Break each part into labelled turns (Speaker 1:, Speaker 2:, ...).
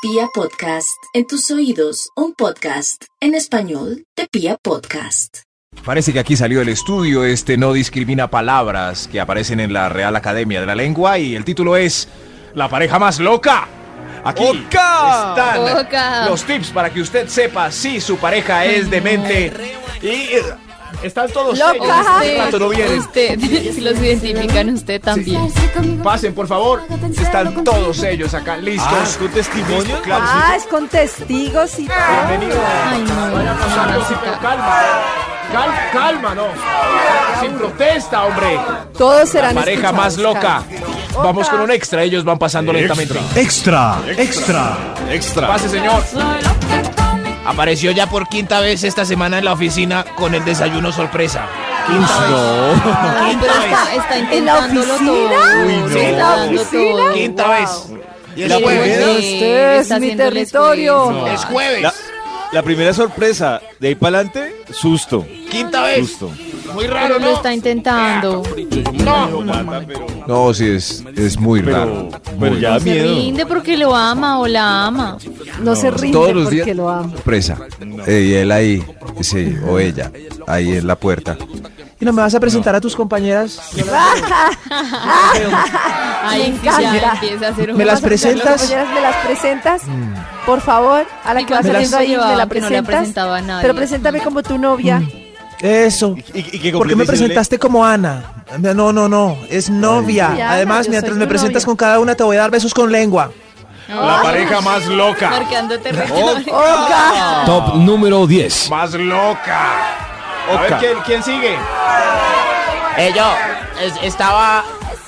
Speaker 1: Pia Podcast, en tus oídos, un podcast en español de Pia Podcast.
Speaker 2: Parece que aquí salió el estudio, este no discrimina palabras que aparecen en la Real Academia de la Lengua y el título es La pareja más loca. Aquí están
Speaker 3: Oca.
Speaker 2: los tips para que usted sepa si su pareja es demente y eh, están todos
Speaker 3: Loca. Este.
Speaker 2: ellos, hace rato no
Speaker 3: Usted,
Speaker 2: vienen.
Speaker 3: usted, si los identifican usted también.
Speaker 2: Pasen, por favor. Están todos ellos acá listos. ¿Tu testimonio? Claro, sí.
Speaker 4: Ah, es con testigos y
Speaker 2: Bienvenido.
Speaker 3: Ay, no.
Speaker 2: Vayamos a los- pero calma. Cal- calma, no. Sin protesta, hombre.
Speaker 4: todos serán
Speaker 2: Pareja
Speaker 4: escuchados,
Speaker 2: más loca. Vamos con un extra, ellos van pasando lentamente.
Speaker 5: Extra, extra.
Speaker 2: Pase, señor. Apareció ya por quinta vez esta semana en la oficina con el desayuno sorpresa.
Speaker 3: Ay, pero está, está
Speaker 4: ¿En la
Speaker 3: intentándolo todo.
Speaker 4: oficina? ¿En la
Speaker 3: Intentando todo.
Speaker 4: oficina?
Speaker 2: Quinta
Speaker 4: Wow.
Speaker 2: vez. Y es
Speaker 3: Mire,
Speaker 2: jueves.
Speaker 3: oye,
Speaker 4: Este es
Speaker 3: está
Speaker 4: mi
Speaker 3: haciendo el
Speaker 4: territorio.
Speaker 3: esfuerzo.
Speaker 2: Es jueves.
Speaker 6: La, la primera sorpresa, de ahí para adelante, susto.
Speaker 2: Quinta vez.
Speaker 6: Susto.
Speaker 2: Muy
Speaker 3: Pero
Speaker 2: raro,
Speaker 3: lo
Speaker 2: ¿no?
Speaker 3: está intentando.
Speaker 2: No.
Speaker 5: No, sí, es, es muy
Speaker 6: Pero,
Speaker 5: raro.
Speaker 6: pero
Speaker 5: Muy
Speaker 6: ya
Speaker 3: Se
Speaker 6: miedo.
Speaker 3: rinde porque lo ama o la ama.
Speaker 4: No se rinde
Speaker 5: Todos los
Speaker 4: porque
Speaker 5: días.
Speaker 4: lo amo.
Speaker 5: Sorpresa. Eh, y él ahí, sí, o ella, ahí en la puerta. ¿Y no me vas a presentar a tus compañeras?
Speaker 3: Ay, sí,
Speaker 4: encanta.
Speaker 3: ya empieza a hacer un
Speaker 5: Me las
Speaker 3: Vas a
Speaker 5: presento.
Speaker 3: presentar
Speaker 4: Las compañeras, ¿me las presentas? Por favor, a la
Speaker 3: ¿Y
Speaker 4: que va
Speaker 3: cuánto
Speaker 4: saliendo ahí,
Speaker 3: tiempo
Speaker 4: ¿me la
Speaker 3: llevaba que no la
Speaker 4: presentas?
Speaker 3: presentaba a nadie?
Speaker 4: Pero preséntame como tu novia.
Speaker 7: Eso.
Speaker 6: Y- y- y que
Speaker 7: ¿Por qué me
Speaker 6: complete y
Speaker 7: presentaste como Ana? No, no, no. Es novia.
Speaker 4: Ay, Ana,
Speaker 7: Además,
Speaker 4: yo
Speaker 7: mientras
Speaker 4: soy
Speaker 7: me
Speaker 4: tu
Speaker 7: presentas
Speaker 4: novia.
Speaker 7: con cada una, te voy a dar besos con lengua.
Speaker 2: La pareja más loca.
Speaker 3: Marcando territorio.
Speaker 4: ¡Oca!
Speaker 8: Top número 10.
Speaker 2: Ah, Más loca. A ver,
Speaker 6: Oca.
Speaker 2: ¿quién, quién sigue?
Speaker 9: Eh, yo es- estaba,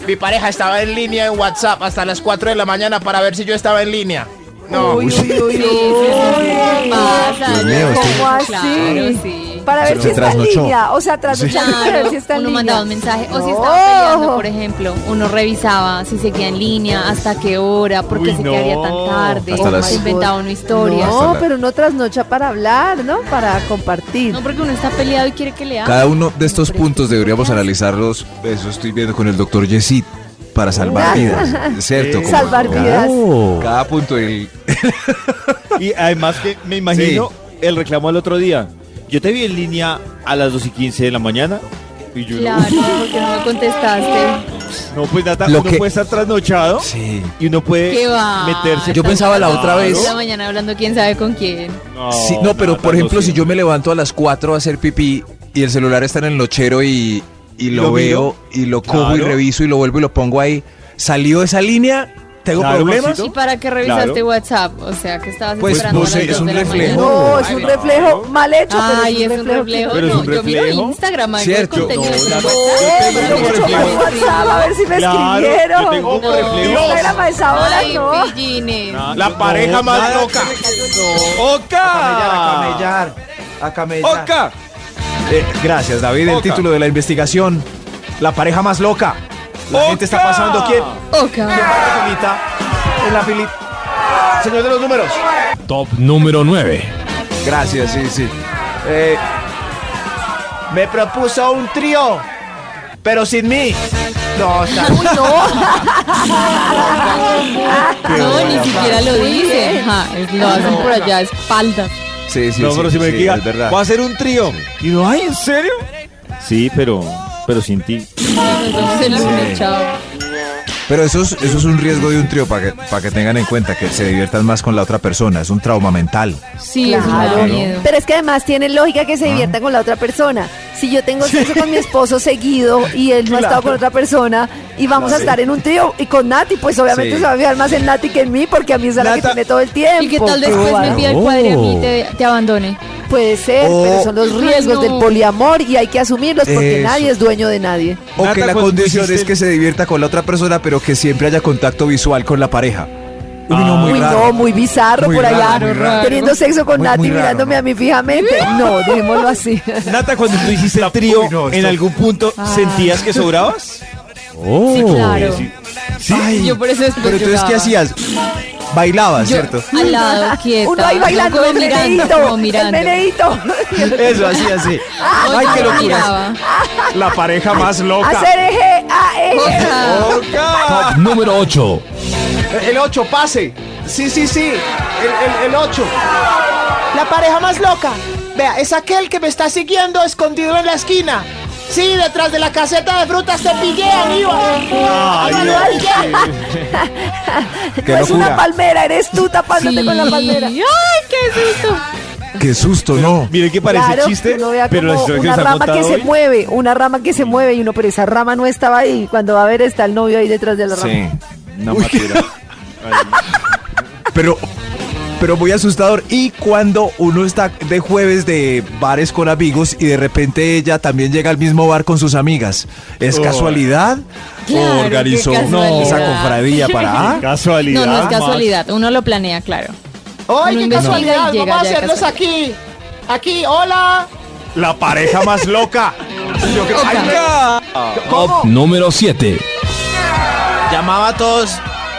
Speaker 9: mi pareja estaba en línea en WhatsApp hasta las 4 de la mañana para ver si yo estaba en línea. No,
Speaker 4: Uy, uy, uy,
Speaker 3: Sí, sí,
Speaker 4: uy.
Speaker 3: sí, pasa,
Speaker 5: Dios mío,
Speaker 3: ya.
Speaker 4: ¿Cómo así?
Speaker 3: Claro, sí.
Speaker 4: Para ver
Speaker 5: Se
Speaker 4: si está en
Speaker 5: trasnochó.
Speaker 4: línea. O sea, trasnochando para ver
Speaker 3: Claro,
Speaker 4: si está en
Speaker 3: uno
Speaker 4: línea.
Speaker 3: mandaba un mensaje o si
Speaker 4: No.
Speaker 3: estaba peleando, por ejemplo, uno revisaba si se queda en línea, hasta qué hora, por qué
Speaker 6: Uy,
Speaker 3: se
Speaker 6: no.
Speaker 3: quedaría tan tarde,
Speaker 5: Hasta las-
Speaker 3: se inventaba una historia.
Speaker 4: No, pero no trasnocha para hablar, ¿no? Para compartir.
Speaker 3: No, porque uno está peleado y quiere que le haga.
Speaker 5: Cada uno de estos
Speaker 3: Hombre,
Speaker 5: puntos
Speaker 3: ¿qué
Speaker 5: deberíamos
Speaker 3: hace?
Speaker 5: analizarlos. Eso estoy viendo con el doctor Yesid para salvar vidas. ¿Cierto? Como-
Speaker 4: Salvar
Speaker 5: cada-
Speaker 4: vidas.
Speaker 5: Cada punto del.
Speaker 6: le- Y además que me imagino el reclamo al otro día. Yo te vi en línea a las 2 y 15 de la mañana. Y yo
Speaker 3: Claro, porque no me contestaste.
Speaker 6: no, pues Nata,
Speaker 5: Lo
Speaker 6: uno
Speaker 5: que-
Speaker 6: puede estar trasnochado
Speaker 5: Sí.
Speaker 6: y uno
Speaker 3: ¿Qué
Speaker 6: puede
Speaker 3: va?
Speaker 6: meterse.
Speaker 5: Yo pensaba la otra
Speaker 3: Seis de
Speaker 5: vez.
Speaker 3: la mañana hablando quién sabe con quién.
Speaker 6: No,
Speaker 5: Sí, no, pero
Speaker 6: Nata,
Speaker 5: por ejemplo,
Speaker 6: no sé.
Speaker 5: si yo me levanto a las 4 a hacer pipí y el celular está en el nochero y, y lo,
Speaker 6: ¿Lo
Speaker 5: veo y lo cojo y
Speaker 6: Claro.
Speaker 5: reviso y lo vuelvo y lo pongo ahí, ¿salió esa línea? ¿Tengo
Speaker 6: Claro,
Speaker 5: problemas?
Speaker 6: Maxito.
Speaker 3: ¿Y para qué revisaste
Speaker 6: Claro.
Speaker 3: WhatsApp? O sea, que estabas
Speaker 5: Pues,
Speaker 3: esperando
Speaker 5: no
Speaker 3: a
Speaker 5: sé,
Speaker 3: las
Speaker 5: es
Speaker 3: dos
Speaker 5: un
Speaker 3: de la
Speaker 5: reflejo.
Speaker 3: mañana?
Speaker 4: No, es un reflejo mal hecho,
Speaker 3: Ay,
Speaker 4: pero
Speaker 3: es un reflejo.
Speaker 6: Pero es
Speaker 3: no,
Speaker 6: un
Speaker 3: yo miro
Speaker 6: reflejo.
Speaker 3: Instagram, algo de
Speaker 5: Cierto.
Speaker 3: contenido.
Speaker 5: No,
Speaker 3: es un
Speaker 5: la-
Speaker 3: WhatsApp,
Speaker 4: Eh, Pero
Speaker 3: para
Speaker 4: mucho
Speaker 3: mí
Speaker 4: más
Speaker 3: es un reflejo.
Speaker 4: WhatsApp, a ver si me
Speaker 6: Claro,
Speaker 4: escribieron.
Speaker 6: yo tengo un
Speaker 3: No.
Speaker 6: reflejo.
Speaker 4: Instagram a esa hora,
Speaker 3: Ay,
Speaker 4: no.
Speaker 3: pillines.
Speaker 6: Na-
Speaker 2: La
Speaker 6: no,
Speaker 2: pareja más
Speaker 6: nada.
Speaker 2: loca.
Speaker 5: Ah.
Speaker 6: ¡Oca!
Speaker 7: A camellar.
Speaker 6: ¡Oca!
Speaker 2: Eh, gracias, David. El
Speaker 6: Oca.
Speaker 2: título de la investigación: La pareja más loca. La gente está
Speaker 6: Oca.
Speaker 2: pasando. ¿Quién?
Speaker 4: Oh,
Speaker 3: Oca.
Speaker 2: La filita. En la filita. Señor de los números.
Speaker 8: Top número 9.
Speaker 5: Gracias, sí, sí.
Speaker 2: Eh, me propuso un trío, pero sin mí. No, está
Speaker 3: Ah, Uy, no. no, ni siquiera lo dice. Ajá, es- lo hacen por allá a espalda.
Speaker 5: Sí, sí,
Speaker 6: no,
Speaker 5: sí,
Speaker 6: pero si me
Speaker 5: sí,
Speaker 6: diga,
Speaker 5: es verdad.
Speaker 6: va a ser un trío. Y no, ay, ¿en serio? Sí, pero, pero sin ti.
Speaker 3: Nos vemos el lunes, chao.
Speaker 5: Pero eso es, eso es un riesgo de un trío para que, para que tengan en cuenta que se diviertan más con la otra persona. Es un trauma mental.
Speaker 3: Sí, es
Speaker 4: Claro.
Speaker 3: un miedo.
Speaker 4: Pero es que además tiene lógica
Speaker 6: Ah.
Speaker 4: que se divierta con la otra persona. Si yo tengo sexo con mi esposo seguido y él no ha estado con otra persona y vamos a estar en un trío y con Nati, pues obviamente
Speaker 5: Sí.
Speaker 4: se va a fijar más en Nati que en mí porque a mí es a la que
Speaker 6: Nata-
Speaker 4: tiene todo el tiempo.
Speaker 3: Y que tal después me
Speaker 4: bobada.
Speaker 3: envíe el cuadro y a mí te, te abandone.
Speaker 4: Puede ser,
Speaker 5: O-
Speaker 4: pero son los riesgos
Speaker 3: no.
Speaker 4: del poliamor y hay que asumirlos porque
Speaker 5: Oh. Eso.
Speaker 4: nadie es dueño de nadie.
Speaker 5: O
Speaker 6: Nata,
Speaker 5: que la
Speaker 6: cuando tú
Speaker 5: condición
Speaker 6: hiciste
Speaker 5: es que
Speaker 6: el-
Speaker 5: se divierta con la otra persona, pero que siempre haya contacto visual con la pareja. Ah. Uy, no, muy
Speaker 4: Uy,
Speaker 5: raro.
Speaker 4: no, muy bizarro
Speaker 5: Muy
Speaker 4: por
Speaker 5: raro,
Speaker 4: allá,
Speaker 5: muy raro.
Speaker 4: teniendo sexo con
Speaker 5: Muy-
Speaker 4: Nati
Speaker 5: muy raro,
Speaker 4: mirándome
Speaker 5: ¿no?
Speaker 4: a mí fijamente. No, dejémoslo así.
Speaker 6: Nata, cuando tú hiciste el trío,
Speaker 5: Uy, no, esto-
Speaker 6: ¿en algún punto
Speaker 4: Ah.
Speaker 6: sentías que sobrabas?
Speaker 3: Sí, claro.
Speaker 5: Ay,
Speaker 3: Yo por eso después
Speaker 5: Pero entonces, ¿qué
Speaker 3: lloraba.
Speaker 5: hacías? Bailabas,
Speaker 3: Yo,
Speaker 5: ¿cierto?
Speaker 3: Al lado, quieta.
Speaker 4: Uno ahí
Speaker 3: Yo
Speaker 4: bailando,
Speaker 3: como
Speaker 4: el
Speaker 3: mirando, como
Speaker 4: meneíto, el
Speaker 3: mirando.
Speaker 4: meneíto.
Speaker 2: eso, así, así. Ay, qué
Speaker 3: lo
Speaker 2: locura. La pareja más loca.
Speaker 4: Hacer Oh, eje, a E. eje.
Speaker 3: Ah.
Speaker 5: Oh,
Speaker 3: Oca.
Speaker 4: Ah,
Speaker 8: Top número 8.
Speaker 2: El 8, pase.
Speaker 10: Sí, sí, sí. El, el, 8. La pareja más loca. Vea, es aquel que me está siguiendo escondido en la esquina. Sí, detrás de la caseta de frutas te pillé, Aníbal. Aníbal,
Speaker 4: No es una palmera, eres tú tapándote con la palmera.
Speaker 3: ¡Ay, qué susto!
Speaker 5: Qué susto, no.
Speaker 6: Miren que parece
Speaker 4: Claro,
Speaker 6: chiste,
Speaker 4: uno vea
Speaker 6: pero la
Speaker 4: como
Speaker 6: historia que
Speaker 4: una
Speaker 6: nos han
Speaker 4: rama que
Speaker 6: contado
Speaker 4: se
Speaker 6: hoy-
Speaker 4: mueve, una rama que se mueve y uno, pero esa rama no estaba ahí. Cuando va a ver está el novio ahí detrás de la rama.
Speaker 5: Sí. pero, pero muy asustador. Y cuando uno está de jueves de bares con amigos y de repente ella también llega al mismo bar con sus amigas. ¿Es
Speaker 6: Oh.
Speaker 5: casualidad?
Speaker 3: Claro,
Speaker 5: ¿O
Speaker 3: qué
Speaker 5: organizó
Speaker 3: casualidad.
Speaker 5: esa confradía para... ah?
Speaker 6: Casualidad.
Speaker 3: No, no es
Speaker 6: Max.
Speaker 3: casualidad. Uno lo planea, claro.
Speaker 10: ¡Ay,
Speaker 3: Uno
Speaker 10: qué
Speaker 3: investiga y
Speaker 10: casualidad!
Speaker 3: llega
Speaker 10: Vamos a
Speaker 3: ya
Speaker 10: hacerlos
Speaker 3: casual.
Speaker 10: aquí. Aquí, hola.
Speaker 2: La pareja más loca. Yo creo- Ay,
Speaker 8: Top número 7.
Speaker 7: Llamaba a todos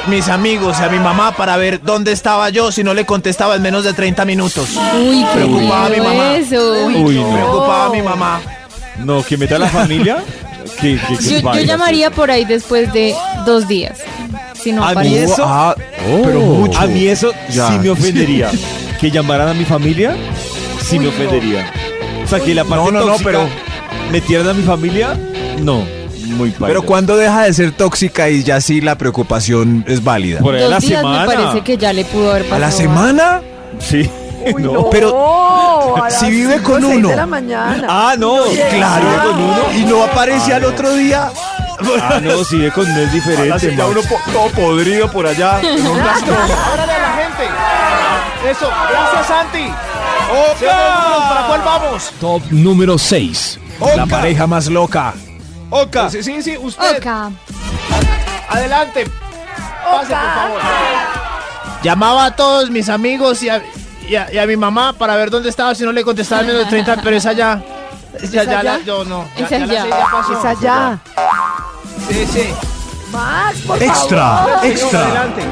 Speaker 7: mis amigos y a mi mamá para ver dónde estaba yo si no le contestaba en menos de 30 minutos.
Speaker 3: Uy, qué
Speaker 7: Preocupaba a mi
Speaker 3: miedo
Speaker 7: mamá.
Speaker 3: eso.
Speaker 6: Uy, no.
Speaker 7: Preocupaba a mi mamá.
Speaker 6: No, que meta a la familia. que, que- que
Speaker 3: Yo, yo
Speaker 6: baila,
Speaker 3: llamaría por ahí después de dos días. Si no
Speaker 6: A mí
Speaker 3: aparece.
Speaker 6: eso-
Speaker 5: Ah, pero
Speaker 6: sí.
Speaker 3: oh.
Speaker 5: mucho.
Speaker 6: A mí eso
Speaker 5: Ya.
Speaker 6: sí me ofendería. que llamaran a mi familia, sí me ofendería. O sea, que la parte
Speaker 5: No, no, no,
Speaker 6: tóxica
Speaker 5: pero-
Speaker 6: metieran a mi familia, no. Muy padre.
Speaker 5: Pero cuando deja de ser tóxica y ya sí la preocupación es válida.
Speaker 6: Por ahí a
Speaker 3: Dos
Speaker 6: la
Speaker 3: días
Speaker 6: semana.
Speaker 3: me parece que ya le pudo haber
Speaker 5: ¿A
Speaker 3: pasado.
Speaker 5: la semana?
Speaker 6: Sí. no.
Speaker 5: pero
Speaker 4: Oh, a las
Speaker 5: si vive
Speaker 4: cinco,
Speaker 5: con
Speaker 4: seis
Speaker 5: uno.
Speaker 4: de la mañana.
Speaker 6: Ah, no.
Speaker 5: Claro.
Speaker 6: Si vive con uno.
Speaker 5: Y no aparece al otro día.
Speaker 6: Ah, no, si vive con uno es diferente.
Speaker 5: Ya
Speaker 6: Max.
Speaker 5: uno po- todo podrido por allá. en un rastro.
Speaker 10: Órale a la gente. Eso, gracias, Santi. Se ven los números, ¿Para cuál vamos?
Speaker 8: Top número 6.
Speaker 5: La pareja más loca. Pues
Speaker 6: Oca.
Speaker 10: Sí, sí, sí, usted.
Speaker 3: Oca.
Speaker 10: Adelante. Pase, por favor.
Speaker 9: Llamaba a todos mis amigos y a, y a- y a mi mamá para ver dónde estaba si no le contestaba en menos de 30, pero esa ya. Ya, ya, la-
Speaker 3: ya?
Speaker 9: yo no. Ya,
Speaker 3: Esa
Speaker 9: ya la
Speaker 3: ya.
Speaker 9: sé, ya pasó.
Speaker 4: Es allá.
Speaker 10: Sí, sí.
Speaker 4: Max, por
Speaker 5: Extra,
Speaker 4: favor.
Speaker 5: extra.
Speaker 10: Adelante.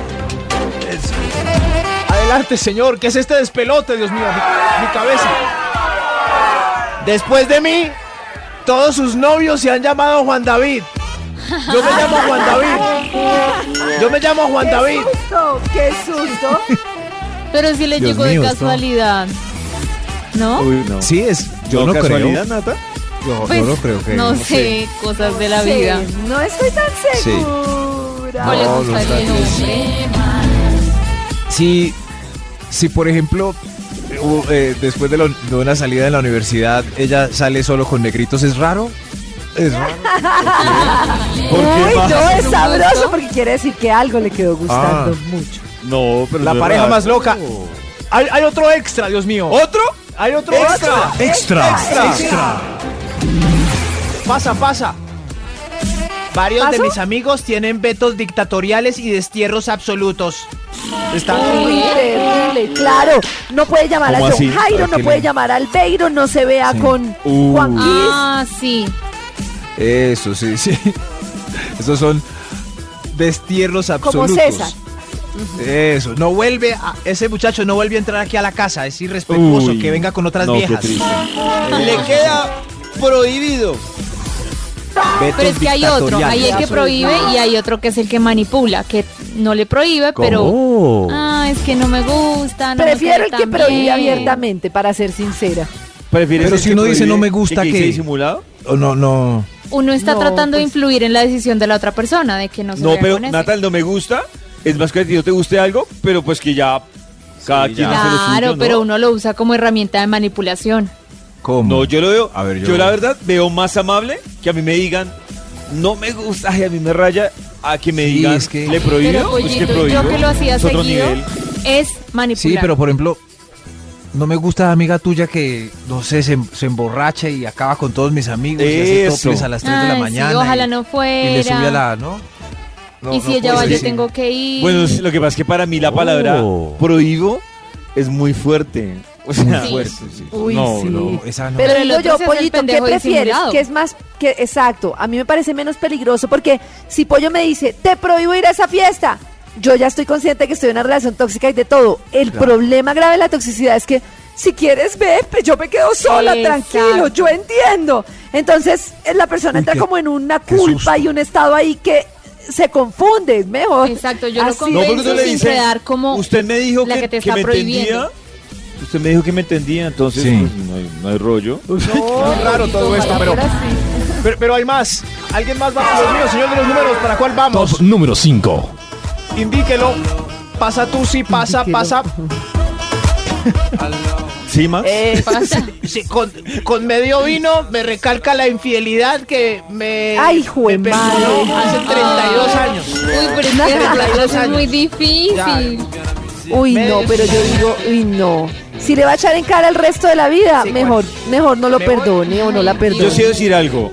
Speaker 10: Adelante, señor. ¿Qué es este despelote, Dios mío? Mi, mi cabeza.
Speaker 9: Después de mí, todos sus novios se han llamado Juan David. Yo me llamo Juan David. Yo me llamo Juan David.
Speaker 4: Qué susto, qué susto.
Speaker 3: Pero si le
Speaker 5: Dios
Speaker 3: llegó
Speaker 5: mío,
Speaker 3: de
Speaker 5: esto-
Speaker 3: casualidad. ¿No?
Speaker 6: Uy, no.
Speaker 5: Sí, es. Yo no creo.
Speaker 6: casualidad, Nata?
Speaker 5: Yo,
Speaker 3: Pues,
Speaker 5: yo no creo que.
Speaker 3: no sé, cosas de la
Speaker 4: Sí,
Speaker 3: vida.
Speaker 4: No estoy tan
Speaker 5: Sí.
Speaker 4: segura.
Speaker 3: ¿O le
Speaker 5: No,
Speaker 3: gustaría el hombre?
Speaker 5: Si, si por ejemplo, u- eh, después de, la- de una salida de la universidad, ella sale solo con negritos, ¿es raro? Es raro.
Speaker 6: ¿Por qué
Speaker 4: Uy,
Speaker 6: Max?
Speaker 4: no, es
Speaker 3: ¿Un
Speaker 4: sabroso
Speaker 3: gusto?
Speaker 4: porque quiere decir que algo le quedó gustando
Speaker 5: Ah.
Speaker 4: mucho.
Speaker 6: No, pero
Speaker 2: La
Speaker 6: no Pues es
Speaker 2: pareja
Speaker 6: raro.
Speaker 2: más loca. Hay, hay otro extra, Dios mío.
Speaker 6: ¿Otro?
Speaker 2: Hay otro extra.
Speaker 5: Extra.
Speaker 9: Pasa, pasa. Varios
Speaker 4: ¿Paso?
Speaker 9: de mis amigos tienen vetos dictatoriales y destierros absolutos.
Speaker 4: Uy, terrible, claro. No puede llamar a
Speaker 6: ¿Cómo
Speaker 4: John
Speaker 6: así?
Speaker 4: Jairo, no
Speaker 5: Tranquila.
Speaker 4: puede llamar a Albeiro, no se vea con
Speaker 6: Uh.
Speaker 4: Juan Gis.
Speaker 3: Ah, sí.
Speaker 5: Eso, sí, sí. Esos son destierros
Speaker 4: Como
Speaker 5: absolutos.
Speaker 4: César.
Speaker 5: Eso.
Speaker 2: No vuelve a- ese muchacho no vuelve a entrar aquí a la casa. Es irrespetuoso
Speaker 6: Uy,
Speaker 2: que venga con otras
Speaker 6: no, qué
Speaker 2: viejas.
Speaker 6: triste.
Speaker 2: Le queda prohibido.
Speaker 3: Pero es que hay otro. Hay el que prohíbe y hay otro que es el que manipula. Que no le prohíbe, pero.
Speaker 5: Oh.
Speaker 3: Ah, es que no me gusta. No me
Speaker 4: Prefiero el
Speaker 3: cae
Speaker 4: que
Speaker 3: tan
Speaker 4: prohíbe
Speaker 3: bien.
Speaker 4: abiertamente, para ser sincera.
Speaker 6: ¿Prefieres
Speaker 5: Pero
Speaker 6: el
Speaker 5: si
Speaker 6: que
Speaker 5: uno dice,
Speaker 6: prohíbe
Speaker 5: no me
Speaker 6: que
Speaker 5: gusta
Speaker 6: dice
Speaker 5: que-
Speaker 6: disimulado?
Speaker 5: Oh, No, no.
Speaker 3: Uno está
Speaker 4: No,
Speaker 3: tratando de
Speaker 4: pues-
Speaker 3: influir en la decisión de la otra persona, de que no se
Speaker 6: No,
Speaker 3: vea
Speaker 6: pero
Speaker 3: con ese.
Speaker 6: Nata, el no me gusta es más que a ti no te guste algo, pero pues que ya cada quien hace lo suyo,
Speaker 3: Claro,
Speaker 6: ¿no?
Speaker 3: pero uno lo usa como herramienta de manipulación.
Speaker 5: ¿Cómo?
Speaker 6: No, yo lo veo.
Speaker 5: A ver,
Speaker 6: yo...
Speaker 5: yo-
Speaker 6: la verdad veo más amable que a mí me digan no me gusta y a mí me raya a que me
Speaker 5: Sí,
Speaker 6: digan
Speaker 5: es que-
Speaker 6: le prohíbo,
Speaker 3: Pero
Speaker 6: pues que
Speaker 3: pollito,
Speaker 6: prohíbo.
Speaker 3: yo que lo hacía
Speaker 6: es otro
Speaker 3: seguido
Speaker 6: nivel.
Speaker 3: es manipular.
Speaker 5: Sí, pero por ejemplo, no me gusta amiga tuya que, no sé, se, se emborracha y acaba con todos mis amigos y
Speaker 6: Eso.
Speaker 5: hace toples pues, a las 3 de la
Speaker 3: Ay, sí,
Speaker 5: mañana.
Speaker 3: ojalá
Speaker 5: y,
Speaker 3: no fuera.
Speaker 5: y le sube a la, ¿no? No,
Speaker 3: y
Speaker 5: no
Speaker 3: si
Speaker 5: puede
Speaker 3: ella va,
Speaker 5: ser,
Speaker 3: yo
Speaker 5: sí.
Speaker 3: tengo que ir.
Speaker 6: Bueno, sí, lo que pasa es que para mí la palabra
Speaker 5: Oh.
Speaker 6: prohíbo es muy fuerte. O sea,
Speaker 3: Sí.
Speaker 6: fuerte, sí.
Speaker 4: Uy,
Speaker 6: no,
Speaker 4: sí.
Speaker 6: no.
Speaker 5: Esa no.
Speaker 4: Pero,
Speaker 3: Pero el
Speaker 4: digo
Speaker 3: otro
Speaker 4: yo,
Speaker 3: se hace el
Speaker 4: Pollito, ¿qué
Speaker 3: pendejo
Speaker 4: prefieres?
Speaker 3: disimulado.
Speaker 4: Que es más, que exacto, a mí me parece menos peligroso porque si Pollo me dice, te prohíbo ir a esa fiesta, yo ya estoy consciente que estoy en una relación tóxica y de todo. El problema grave de la toxicidad es que si quieres ver, pues yo me quedo sola,
Speaker 3: Exacto.
Speaker 4: tranquilo, yo entiendo. Entonces eh, la persona
Speaker 5: Uy,
Speaker 4: entra
Speaker 5: qué-
Speaker 4: como en una
Speaker 5: qué
Speaker 4: culpa
Speaker 5: susto.
Speaker 4: y un estado ahí que se confunde, es mejor.
Speaker 3: Exacto, yo lo
Speaker 4: Así
Speaker 3: compré
Speaker 6: No, porque tú le
Speaker 3: sin
Speaker 6: dices,
Speaker 3: quedar como
Speaker 6: Usted me dijo
Speaker 3: la
Speaker 6: que,
Speaker 3: que te
Speaker 6: que
Speaker 3: está
Speaker 6: me
Speaker 3: prohibiendo.
Speaker 6: entendía. Usted me dijo que me entendía, entonces
Speaker 5: Sí.
Speaker 6: pues, no, hay, no hay rollo.
Speaker 2: Muy raro todo esto, pero,
Speaker 4: Ahora sí.
Speaker 2: pero, pero hay más. ¿Alguien más va con los míos, señor de los números? ¿Para cuál vamos?
Speaker 8: Top número 5.
Speaker 2: Indíquelo. Pasa tú, sí, pasa,
Speaker 4: Indíquelo.
Speaker 2: pasa.
Speaker 6: ¿Sí, Max?
Speaker 9: Eh,
Speaker 3: Pasa.
Speaker 9: sí, con, con medio vino me recalca la infidelidad que me,
Speaker 4: Ay, jue
Speaker 9: me perdonó
Speaker 4: madre.
Speaker 9: hace 32 años.
Speaker 3: Uy, pero es que
Speaker 4: Nada.
Speaker 3: la cosa es muy
Speaker 9: Ya.
Speaker 3: difícil.
Speaker 4: Uy, no,
Speaker 9: Medio.
Speaker 4: pero yo digo, uy, no. Si le va a echar en cara el resto de la vida,
Speaker 9: Sí,
Speaker 4: mejor, mejor no lo
Speaker 9: Me voy.
Speaker 4: perdone o no la
Speaker 3: Yo
Speaker 4: perdone.
Speaker 6: Yo sí quiero decir algo,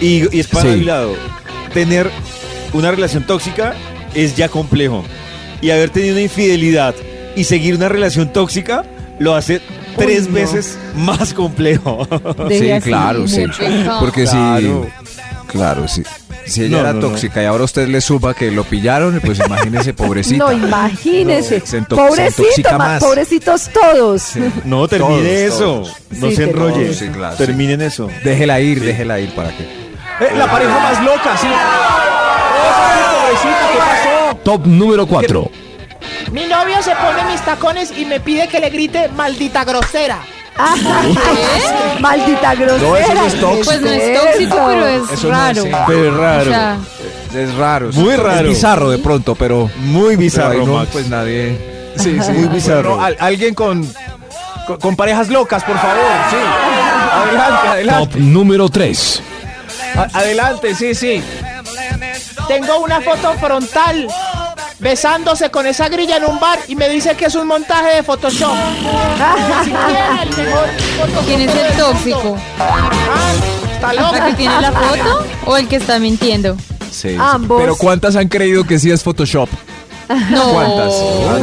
Speaker 6: y, y es para
Speaker 5: Sí.
Speaker 6: mi lado. Tener una relación tóxica es ya complejo. Y haber tenido una infidelidad y seguir una relación tóxica lo hace tres
Speaker 4: no.
Speaker 6: veces más complejo.
Speaker 4: Deje
Speaker 5: Sí,
Speaker 4: así.
Speaker 5: claro, sí.
Speaker 3: Perfecto.
Speaker 5: Porque
Speaker 6: Claro.
Speaker 5: si. Claro, sí. Si ella
Speaker 6: No,
Speaker 5: era
Speaker 6: no, no.
Speaker 5: tóxica y ahora usted le suba que lo pillaron, pues imagínese, pobrecita.
Speaker 4: No, imagínese.
Speaker 5: No, se ento- se
Speaker 4: Pobrecito,
Speaker 5: intoxica
Speaker 4: ma-
Speaker 5: más.
Speaker 4: pobrecitos todos.
Speaker 6: No, termine
Speaker 5: Todos,
Speaker 6: eso.
Speaker 5: todos.
Speaker 6: No
Speaker 4: Sí,
Speaker 6: se
Speaker 4: que no.
Speaker 6: enrolle.
Speaker 5: Sí, claro, sí.
Speaker 6: Terminen eso.
Speaker 5: Déjela ir, déjela ir para que.
Speaker 2: Eh, la pareja más loca, sí. Pobrecita, ¿qué pasó?
Speaker 8: Top número 4.
Speaker 10: Mi novio se pone mis tacones y me pide que le grite maldita grosera.
Speaker 4: Ajá. Maldita grosera.
Speaker 5: No, eso no es tóxico.
Speaker 3: ¿Eh? Pues no es
Speaker 4: Eso.
Speaker 3: tóxico, pero es
Speaker 5: Eso no es
Speaker 3: raro.
Speaker 5: sano.
Speaker 6: Pero es
Speaker 3: O
Speaker 6: raro.
Speaker 3: sea,
Speaker 5: Es raro.
Speaker 6: Muy
Speaker 5: es-
Speaker 6: raro.
Speaker 5: Es bizarro de pronto, pero.
Speaker 6: Muy bizarro,
Speaker 5: pero ahí no,
Speaker 6: Max.
Speaker 5: pues nadie.
Speaker 2: Sí, sí.
Speaker 6: Muy bizarro.
Speaker 2: Bueno, al- alguien con, con, con parejas locas, por favor, sí. Adelante,
Speaker 8: Top
Speaker 2: adelante.
Speaker 8: número 3.
Speaker 2: A- adelante, sí, sí.
Speaker 10: Tengo una foto frontal besándose con esa grilla en un bar y me dice que es un montaje de Photoshop. Si quiere el mejor Photoshop
Speaker 3: ¿Quién es
Speaker 10: del
Speaker 3: el tóxico?
Speaker 10: mundo. Ah, está
Speaker 3: ¿La que
Speaker 10: loca.
Speaker 3: tiene la foto o el que está mintiendo?
Speaker 5: Sí, sí.
Speaker 4: Ambos.
Speaker 5: Pero ¿cuántas han creído que sí es Photoshop?
Speaker 3: No.
Speaker 5: ¿Cuántas? Ah,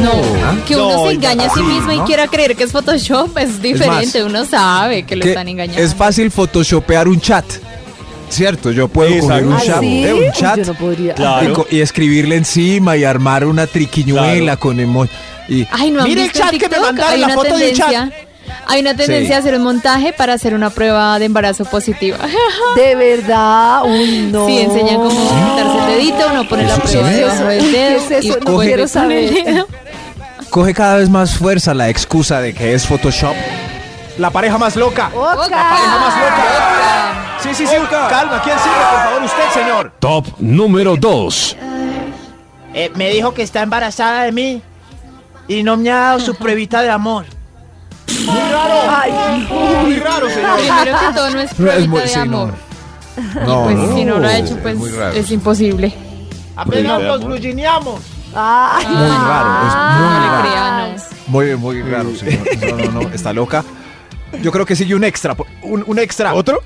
Speaker 3: No. Que uno
Speaker 6: No,
Speaker 3: se engaña a sí
Speaker 6: sí,
Speaker 3: mismo y
Speaker 5: ¿no?
Speaker 3: quiera creer que es Photoshop es diferente. uno sabe que lo
Speaker 5: Que
Speaker 3: están engañando.
Speaker 5: Es fácil photoshopear un chat. Cierto, yo puedo
Speaker 6: Exacto.
Speaker 5: coger un
Speaker 4: ¿Ah,
Speaker 5: chat,
Speaker 4: sí?
Speaker 5: eh,
Speaker 4: Uy,
Speaker 5: un chat
Speaker 4: Yo no podría.
Speaker 6: Claro.
Speaker 5: y co- y, escribirle encima y armar una triquiñuela
Speaker 6: Claro.
Speaker 5: con emoji. Y
Speaker 3: Ay, no han
Speaker 10: Mire el
Speaker 3: visto en
Speaker 10: chat que me
Speaker 3: TikTok?
Speaker 10: mandaron,
Speaker 3: Hay
Speaker 10: la
Speaker 3: una
Speaker 10: foto de un chat.
Speaker 3: tendencia. Hay una tendencia
Speaker 5: Sí.
Speaker 3: a hacer un montaje para hacer una prueba de embarazo positiva.
Speaker 4: De verdad, uy, no.
Speaker 3: Sí, enseñan cómo quitarse el dedito, uno pone la
Speaker 5: ¿Eso
Speaker 3: prueba
Speaker 5: qué es?
Speaker 3: debajo del
Speaker 4: Uy, ¿qué
Speaker 3: dedo.
Speaker 4: es eso?
Speaker 3: y
Speaker 4: No
Speaker 3: vuelve
Speaker 4: quiero
Speaker 3: con
Speaker 4: saber.
Speaker 3: el dedo.
Speaker 5: coge cada vez más fuerza la excusa de que es Photoshop.
Speaker 2: La pareja más loca.
Speaker 4: Oca.
Speaker 2: Sí, sí,
Speaker 5: Oh,
Speaker 2: sí. Calma, ¿quién sigue? Por favor, usted, señor.
Speaker 8: Top número 2.
Speaker 10: Eh, me dijo que está embarazada de mí y no me ha dado su pruebita de amor.
Speaker 4: Ay,
Speaker 2: Muy raro, señor.
Speaker 3: Primero que todo no es
Speaker 5: No, es
Speaker 3: pruebita
Speaker 5: muy-
Speaker 3: de
Speaker 5: sí, no.
Speaker 3: amor.
Speaker 5: No,
Speaker 3: Pues si no lo ha
Speaker 5: es
Speaker 3: hecho, pues
Speaker 5: muy raro.
Speaker 3: es imposible.
Speaker 10: Apenas
Speaker 6: Pruebita de
Speaker 10: nos
Speaker 6: amor.
Speaker 10: virgineamos.
Speaker 4: ay.
Speaker 5: Muy raro, es muy
Speaker 3: No le
Speaker 5: raro.
Speaker 3: crea, no.
Speaker 5: Muy, muy raro, señor. No, no, no, está loca.
Speaker 2: Yo creo que sigue un extra. po- Un, un extra.
Speaker 6: ¿Otro?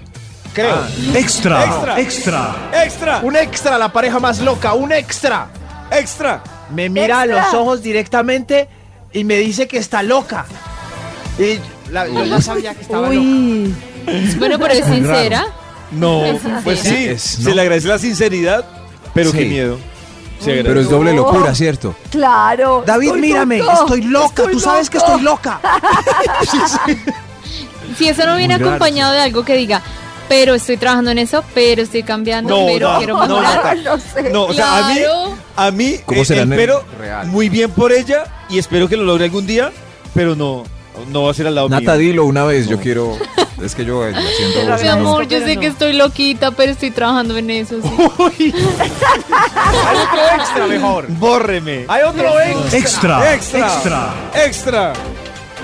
Speaker 2: Creo.
Speaker 8: Extra.
Speaker 2: Extra.
Speaker 8: Extra.
Speaker 6: ¡Extra!
Speaker 2: Un extra, la pareja más loca. Un extra.
Speaker 6: ¡Extra!
Speaker 10: Me mira a los ojos directamente y me dice que está loca.
Speaker 2: Y la- yo ya sabía que estaba loca.
Speaker 4: Uy.
Speaker 3: Bueno, pero es sincera.
Speaker 6: No,
Speaker 5: Oh,
Speaker 3: Es sincera.
Speaker 6: pues sí,
Speaker 5: Es, ¿no?
Speaker 6: se le agradece la sinceridad, pero
Speaker 5: Sí.
Speaker 6: qué miedo. Se agradece.
Speaker 5: Pero es doble
Speaker 4: No.
Speaker 5: locura, ¿cierto?
Speaker 4: Claro.
Speaker 9: David,
Speaker 4: Estoy
Speaker 9: mírame,
Speaker 4: loco.
Speaker 9: estoy loca,
Speaker 4: Estoy
Speaker 9: tú sabes que
Speaker 4: loco.
Speaker 9: estoy loca.
Speaker 3: Si eso no viene
Speaker 5: Muy raro,
Speaker 3: acompañado de algo que diga, pero estoy trabajando en eso, pero estoy cambiando,
Speaker 6: No,
Speaker 3: pero
Speaker 6: no,
Speaker 3: quiero
Speaker 6: no,
Speaker 3: mejorar.
Speaker 6: Nata.
Speaker 4: No sé.
Speaker 6: No, o sea, a mí,
Speaker 3: Claro.
Speaker 6: a mí,
Speaker 5: ¿Cómo
Speaker 6: eh,
Speaker 5: será en el
Speaker 6: espero
Speaker 5: real?
Speaker 6: muy bien por ella y espero que lo logre algún día, pero no, no va a ser al lado
Speaker 5: Nata,
Speaker 6: mío.
Speaker 5: dilo una vez, yo
Speaker 6: No.
Speaker 5: quiero... Es que yo eh, la siento...
Speaker 4: Pero
Speaker 3: Mi
Speaker 5: no-
Speaker 3: amor, yo
Speaker 4: Pero
Speaker 3: sé
Speaker 4: no.
Speaker 3: que estoy loquita, pero estoy trabajando en eso. sí.
Speaker 2: Hay otro extra mejor.
Speaker 6: Bórreme.
Speaker 2: Hay otro extra.
Speaker 6: extra, extra, extra.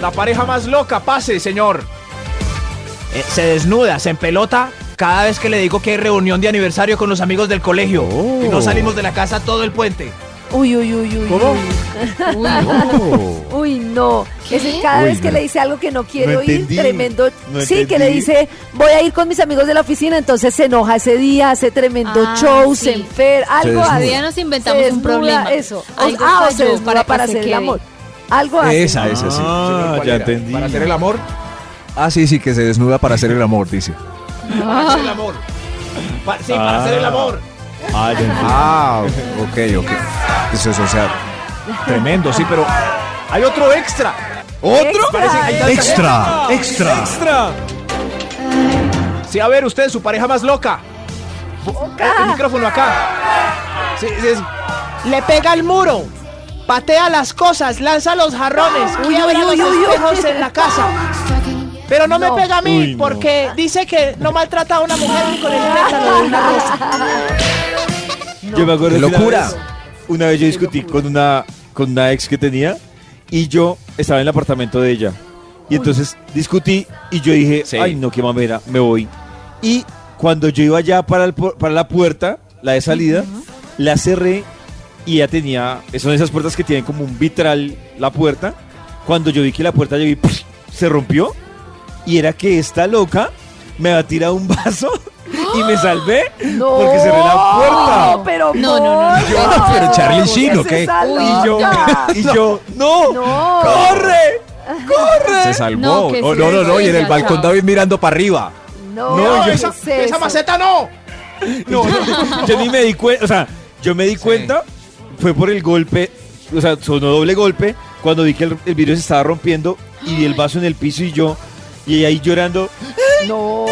Speaker 2: La pareja más loca. Pase, señor.
Speaker 9: Eh, se desnuda, se empelota cada vez que le digo que hay reunión de aniversario con los amigos del colegio
Speaker 6: Oh.
Speaker 5: Oh.
Speaker 9: y no salimos de la casa todo el puente.
Speaker 4: Uy, uy, uy, uy.
Speaker 5: ¿Cómo?
Speaker 3: Uy,
Speaker 5: Oh.
Speaker 4: Uy, no. Es que cada
Speaker 5: Uy,
Speaker 4: vez que
Speaker 5: no.
Speaker 4: le dice algo que no quiere
Speaker 6: No
Speaker 4: oír,
Speaker 6: entendí.
Speaker 4: tremendo.
Speaker 6: No
Speaker 4: sí, que le
Speaker 6: entendí.
Speaker 4: dice, voy a ir con mis amigos de la oficina, entonces se enoja ese día, hace tremendo
Speaker 3: Ah,
Speaker 4: show,
Speaker 3: sí.
Speaker 4: se enfer, algo
Speaker 5: desnuda.
Speaker 4: así.
Speaker 3: todavía nos inventamos
Speaker 4: Se
Speaker 3: un
Speaker 4: desnuda,
Speaker 3: problema.
Speaker 4: Eso. O-
Speaker 3: Algo
Speaker 4: ah, o
Speaker 3: falló
Speaker 4: se desnuda para,
Speaker 3: que
Speaker 4: hacer
Speaker 3: se
Speaker 4: el
Speaker 3: quede.
Speaker 4: amor. Algo así.
Speaker 5: Esa, esa, sí.
Speaker 6: Ah,
Speaker 2: ¿Cuál
Speaker 6: ya
Speaker 2: era?
Speaker 6: entendí.
Speaker 2: ¿Para hacer el amor?
Speaker 5: Ah, sí, sí, que se desnuda para hacer el amor, dice.
Speaker 2: Para hacer el amor. Pa- sí, para
Speaker 6: Ah.
Speaker 2: hacer el amor.
Speaker 6: Ah, ya entendí.
Speaker 5: Ah, ok, ok. Eso es, o sea, tremendo, sí, pero...
Speaker 2: Hay otro extra.
Speaker 6: ¿Otro?
Speaker 2: Parece que hay tanta
Speaker 8: Extra. Extra.
Speaker 6: Extra.
Speaker 2: Sí, a ver, usted, su pareja más loca. Eh, El micrófono acá. Sí, sí, es-
Speaker 10: Le pega al muro. Patea las cosas, lanza los jarrones,
Speaker 4: Uy,
Speaker 10: quiebra
Speaker 4: uy,
Speaker 10: los
Speaker 4: uy, uy, uy.
Speaker 10: espejos en la casa. Pero no, me pega a mí
Speaker 6: Uy, no.
Speaker 10: porque dice que no maltrata a una mujer ni con el pétalo de una rosa.
Speaker 6: Yo me acuerdo
Speaker 5: ¡Qué
Speaker 6: que una
Speaker 5: locura!
Speaker 6: vez- Una vez yo discutí con una, con una ex que tenía y yo estaba en el apartamento de ella. Y entonces discutí y yo dije,
Speaker 2: Sí.
Speaker 6: ay no, qué mamera, me voy. Y cuando yo iba ya para, el pu- para la puerta, la de salida, la cerré y ya tenía, son esas puertas que tienen como un vitral la puerta. Cuando yo vi que la puerta llegué, se rompió y era que esta loca me había tirado un vaso y me salvé
Speaker 4: No.
Speaker 6: porque cerré la puerta.
Speaker 4: No, pero
Speaker 3: No, no, no, no.
Speaker 4: Mora,
Speaker 5: Pero Charlie Sheen, ¿o
Speaker 4: es
Speaker 5: qué?
Speaker 4: esa
Speaker 6: Y yo,
Speaker 4: loca?
Speaker 6: y yo, no,
Speaker 4: No.
Speaker 6: corre,
Speaker 5: Se
Speaker 3: No,
Speaker 5: salvó.
Speaker 3: que
Speaker 5: Oh,
Speaker 3: sí,
Speaker 5: no, no, no. Y en
Speaker 3: venga,
Speaker 5: el balcón
Speaker 3: chao.
Speaker 5: David mirando para arriba.
Speaker 4: No,
Speaker 6: No,
Speaker 4: ¿qué
Speaker 6: yo-
Speaker 4: es
Speaker 9: esa,
Speaker 4: eso?
Speaker 9: esa maceta no.
Speaker 6: no, no, yo ni me di cuenta, o sea, yo me di cuenta, fue por el golpe, o sea, sonó doble golpe, cuando vi que el, el vidrio se estaba rompiendo y vi el vaso en el piso y yo, y ella ahí llorando,
Speaker 4: No.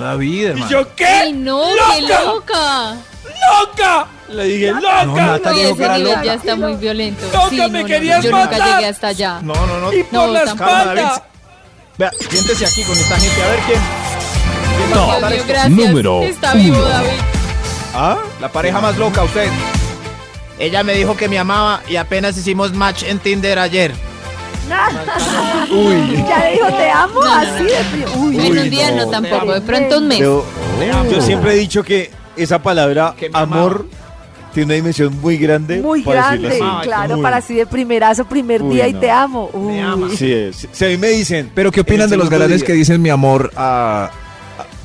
Speaker 5: David,
Speaker 6: y
Speaker 5: hermano.
Speaker 6: yo, ¿qué?
Speaker 3: Ay, no, qué loca.
Speaker 6: ¡Loca! Le dije,
Speaker 5: No,
Speaker 6: ¡loca!
Speaker 3: No,
Speaker 5: Natalia dijo que
Speaker 3: ese
Speaker 5: era
Speaker 3: nivel
Speaker 5: loca.
Speaker 3: ya está muy violento.
Speaker 6: Loca,
Speaker 3: Sí, no,
Speaker 6: me
Speaker 3: no,
Speaker 6: querías
Speaker 3: no, Yo nunca
Speaker 6: matar.
Speaker 3: llegué hasta allá.
Speaker 2: No, no, no.
Speaker 6: ¡Y por
Speaker 3: No,
Speaker 6: la
Speaker 3: tampoco.
Speaker 6: espalda!
Speaker 2: Vea, siéntese aquí con esta gente. A ver quién. quién va
Speaker 3: Dios
Speaker 2: a matar
Speaker 3: mío,
Speaker 2: esto.
Speaker 3: gracias.
Speaker 8: Número
Speaker 3: Está vivo,
Speaker 8: uno.
Speaker 3: David.
Speaker 6: ¿Ah?
Speaker 2: La pareja más loca, usted.
Speaker 9: Ella me dijo que me amaba y apenas hicimos match en Tinder ayer.
Speaker 4: Ya le dijo, te amo así de frío. Uy,
Speaker 3: En un día no tampoco, de pronto un mes.
Speaker 6: Yo, yo siempre he dicho que esa palabra
Speaker 2: Que me
Speaker 6: amor tiene una dimensión muy grande.
Speaker 4: Muy
Speaker 6: para decirlo
Speaker 4: grande,
Speaker 6: así.
Speaker 4: claro,
Speaker 6: Muy.
Speaker 4: para así de primerazo, primer
Speaker 6: Uy,
Speaker 4: día y
Speaker 6: no.
Speaker 4: Ah, te amo. Uy.
Speaker 6: Sí, es. si a mí me dicen.
Speaker 5: Pero ¿qué opinan
Speaker 6: el
Speaker 5: de los
Speaker 6: segundo
Speaker 5: galanes
Speaker 6: día-
Speaker 5: que dicen mi amor a- a-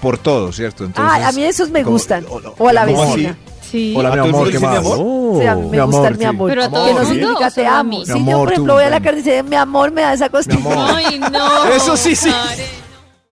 Speaker 5: por todo, cierto? Entonces,
Speaker 4: Ah, a mí esos me
Speaker 5: como-
Speaker 4: gustan.
Speaker 5: o- o-
Speaker 4: O a la
Speaker 6: ¿Cómo
Speaker 4: vecina.
Speaker 3: Sí.
Speaker 5: Hola,
Speaker 6: ¿A
Speaker 5: mi
Speaker 6: todo el
Speaker 5: amor,
Speaker 6: mundo
Speaker 5: ¿qué
Speaker 6: dice mi
Speaker 5: más?
Speaker 6: amor?
Speaker 4: Sí, a mí me gusta el mi amor.
Speaker 3: Pero a
Speaker 4: Que
Speaker 3: todos
Speaker 4: no
Speaker 3: los
Speaker 4: significa
Speaker 3: dos,
Speaker 4: te
Speaker 3: solo a
Speaker 4: amo.
Speaker 3: mí.
Speaker 4: Si
Speaker 5: Mi
Speaker 4: yo,
Speaker 5: amor,
Speaker 4: por
Speaker 5: tú,
Speaker 4: ejemplo, voy a la
Speaker 5: ven.
Speaker 4: carnicería, mi amor, me da esa costilla.
Speaker 3: Ay, no.
Speaker 2: Eso sí, sí.
Speaker 3: Karen.